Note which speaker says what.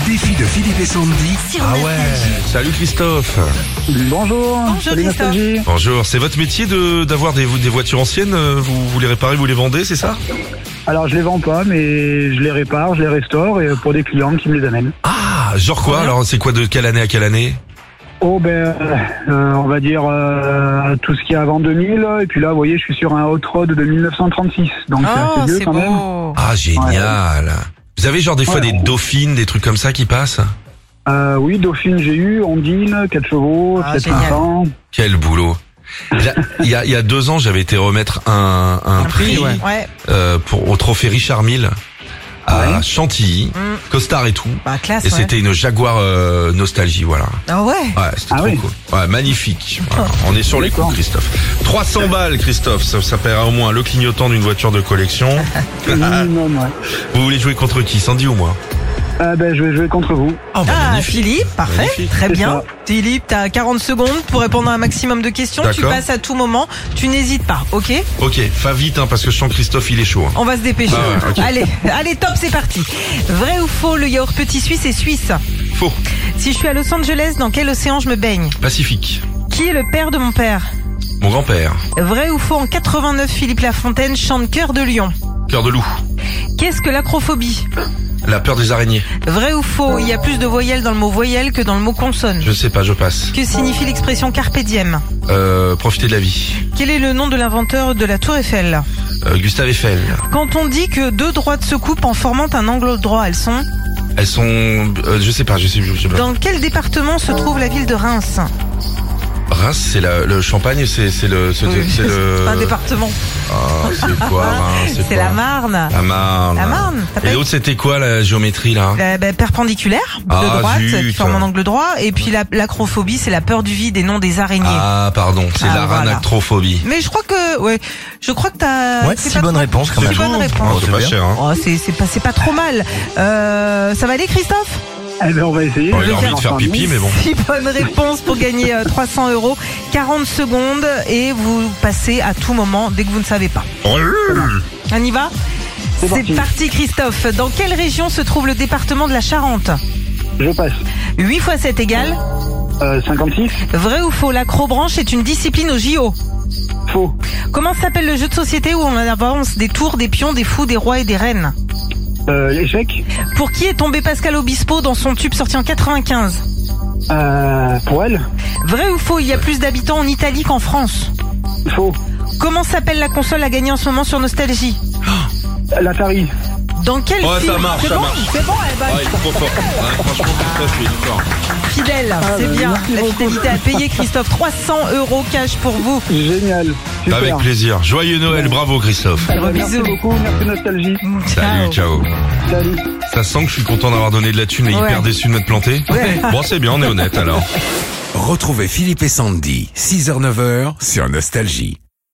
Speaker 1: Philippe et Sandy.
Speaker 2: Ah ouais.
Speaker 3: Salut Christophe.
Speaker 4: Bonjour, salut
Speaker 2: Christophe.
Speaker 4: Nostalgie.
Speaker 3: Bonjour. C'est votre métier de d'avoir des, des voitures anciennes. euh, Vous, vous les réparez, vous les vendez, c'est ça
Speaker 4: Alors je les vends pas, mais je les répare, je les restaure et euh, pour des clients qui me les amènent.
Speaker 3: Ah, genre quoi Alors c'est quoi de quelle année à quelle année
Speaker 4: Oh ben, euh, on va dire euh, tout ce qu'il y a avant 2000 et puis là, vous voyez, je suis sur un hot road de 1936, donc c'est
Speaker 2: Oh,
Speaker 4: assez vieux
Speaker 2: c'est
Speaker 4: quand même.
Speaker 2: beau.
Speaker 3: Ah génial. Vous avez genre des fois
Speaker 4: Ouais.
Speaker 3: des dauphines, des trucs comme ça qui passent
Speaker 4: Euh, oui, Dauphine j'ai eu, Ondine, 4 chevaux,
Speaker 2: Ah,
Speaker 4: 7500.
Speaker 3: Quel boulot. Là, Il y a, il y a deux ans, j'avais été remettre un, un, prix
Speaker 2: ouais. Ouais,
Speaker 3: euh, pour, au trophée Richard Mille à
Speaker 4: Ouais.
Speaker 3: Chantilly,
Speaker 2: Mm.
Speaker 3: Costard et tout.
Speaker 2: bah classe.
Speaker 3: Et
Speaker 2: ouais.
Speaker 3: c'était une Jaguar euh, Nostalgie, voilà.
Speaker 2: Ah ouais.
Speaker 3: Ouais, c'était
Speaker 4: Ah
Speaker 3: trop
Speaker 4: oui.
Speaker 3: cool. Ouais, magnifique. Voilà, on est sur les
Speaker 4: D'accord.
Speaker 3: coups, Christophe. 300 balles, Christophe. Ça, ça paiera au moins le clignotant d'une voiture de collection. Ah.
Speaker 4: minimum, ouais.
Speaker 3: Vous voulez jouer contre qui Sandy ou moi
Speaker 4: Ah ben, je vais jouer contre vous.
Speaker 3: Oh, bah,
Speaker 2: Ah,
Speaker 3: magnifique.
Speaker 2: Philippe, parfait,
Speaker 3: Magnifique.
Speaker 2: très
Speaker 4: C'est
Speaker 2: bien.
Speaker 4: ça.
Speaker 2: Philippe, t'as 40 secondes pour répondre à un maximum de questions. Tu
Speaker 3: D'accord.
Speaker 2: passes à tout moment, tu n'hésites pas, ok
Speaker 3: Ok, va vite, hein, parce que je sens que Christophe, il est chaud. hein.
Speaker 2: On va se dépêcher.
Speaker 4: Bah,
Speaker 3: Ah ouais, ok.
Speaker 2: Allez, allez, top, c'est parti. Vrai ou faux, le yaourt petit suisse est suisse
Speaker 3: Faux.
Speaker 2: Si je suis à Los Angeles, dans quel océan je me baigne
Speaker 3: Pacifique.
Speaker 2: Qui est le père de mon père
Speaker 3: Mon grand-père.
Speaker 2: Vrai ou faux, en 89, Philippe Lafontaine chante Cœur de Lion.
Speaker 3: Cœur de loup.
Speaker 2: Qu'est-ce que l'acrophobie
Speaker 3: La peur des araignées.
Speaker 2: Vrai ou faux, il y a plus de voyelles dans le mot voyelle que dans le mot consonne.
Speaker 3: Je sais pas, je passe.
Speaker 2: Que signifie l'expression carpe diem
Speaker 3: Euh, profiter de la vie.
Speaker 2: Quel est le nom de l'inventeur de la tour Eiffel
Speaker 3: Euh, Gustave Eiffel.
Speaker 2: Quand on dit que deux droites se coupent en formant un angle droit, elles sont
Speaker 3: Elles sont... euh, je sais pas, je sais, je sais pas.
Speaker 2: Dans quel département se trouve la ville de Reims
Speaker 3: Reims, c'est la- le champagne, c'est c'est le... C'est
Speaker 2: Oui,
Speaker 3: c'est le...
Speaker 2: pas un département,
Speaker 3: Ah, c'est quoi, Reims,
Speaker 2: c'est
Speaker 3: quoi
Speaker 2: la Marne.
Speaker 3: La Marne.
Speaker 2: La Marne, ça peut
Speaker 3: Et
Speaker 2: être-
Speaker 3: l'autre, c'était quoi la géométrie là
Speaker 2: La- bah, perpendiculaire, de
Speaker 3: Ah,
Speaker 2: droite, qui
Speaker 3: zut.
Speaker 2: forme un angle droit, et puis la- l'acrophobie, c'est la peur du vide et non des araignées.
Speaker 3: Ah, pardon, c'est
Speaker 2: Ah,
Speaker 3: la
Speaker 2: voilà.
Speaker 3: ranactrophobie.
Speaker 2: Mais je crois que, ouais, je crois que t'as.
Speaker 5: Ouais,
Speaker 2: Euh, c'est
Speaker 5: six
Speaker 2: pas
Speaker 5: bonnes
Speaker 2: trop-
Speaker 5: réponses quand
Speaker 2: six
Speaker 5: même.
Speaker 2: bonnes
Speaker 3: Oh,
Speaker 2: réponses.
Speaker 3: c'est pas
Speaker 5: bien.
Speaker 3: cher, hein.
Speaker 2: Oh, c'est c'est pas, c'est pas trop mal. Euh, ça va aller, Christophe
Speaker 4: Eh ben, on va essayer.
Speaker 3: Bon, il a envie de faire
Speaker 4: Enfin,
Speaker 3: pipi, mais bon.
Speaker 2: Six bonnes réponses pour gagner euh, 300 euros. 40 secondes et vous passez à tout moment dès que vous ne savez pas.
Speaker 3: Ah,
Speaker 2: On y va
Speaker 4: C'est
Speaker 2: C'est
Speaker 4: parti.
Speaker 2: parti, Christophe. Dans quelle région se trouve le département de la Charente
Speaker 4: Je passe.
Speaker 2: 8 x 7 égale.
Speaker 4: Euh, 56,
Speaker 2: Vrai ou faux, l'acrobranche est une discipline au JO.
Speaker 4: faux.
Speaker 2: Comment s'appelle le jeu de société où on avance des tours, des pions, des fous, des rois et des reines
Speaker 4: Euh, l'échec,
Speaker 2: Pour qui est tombé Pascal Obispo dans son tube sorti en 95
Speaker 4: euh, pour elle,
Speaker 2: Vrai ou faux, il y a plus d'habitants en Italie qu'en France
Speaker 4: faux.
Speaker 2: Comment s'appelle la console à gagner en ce moment sur Nostalgie
Speaker 4: La Paris,
Speaker 2: Dans quel
Speaker 3: Ouais,
Speaker 2: film
Speaker 3: ça marche,
Speaker 2: C'est
Speaker 3: ça
Speaker 2: bon,
Speaker 3: marche.
Speaker 2: c'est bon, eh ben,
Speaker 3: Ah, il est trop fort. Ouais, franchement, Christophe, il est fort.
Speaker 2: fidèle, c'est
Speaker 4: bah,
Speaker 2: bien.
Speaker 4: merci
Speaker 2: La
Speaker 4: beaucoup.
Speaker 2: fidélité à payer, Christophe, 300 euros cash pour vous.
Speaker 4: génial. Super.
Speaker 3: Bah, Avec plaisir. Joyeux Noël, bravo Christophe.
Speaker 4: Eh ben, merci
Speaker 2: Bisous.
Speaker 4: beaucoup, merci Nostalgie.
Speaker 3: Salut, ciao.
Speaker 4: Salut.
Speaker 3: Ça sent que je suis content d'avoir donné de la thune et
Speaker 2: Ouais.
Speaker 3: hyper déçu de m'être planté. Bon, c'est bien, on est honnête alors.
Speaker 1: Retrouvez Philippe et Sandy, 6h-9h sur Nostalgie.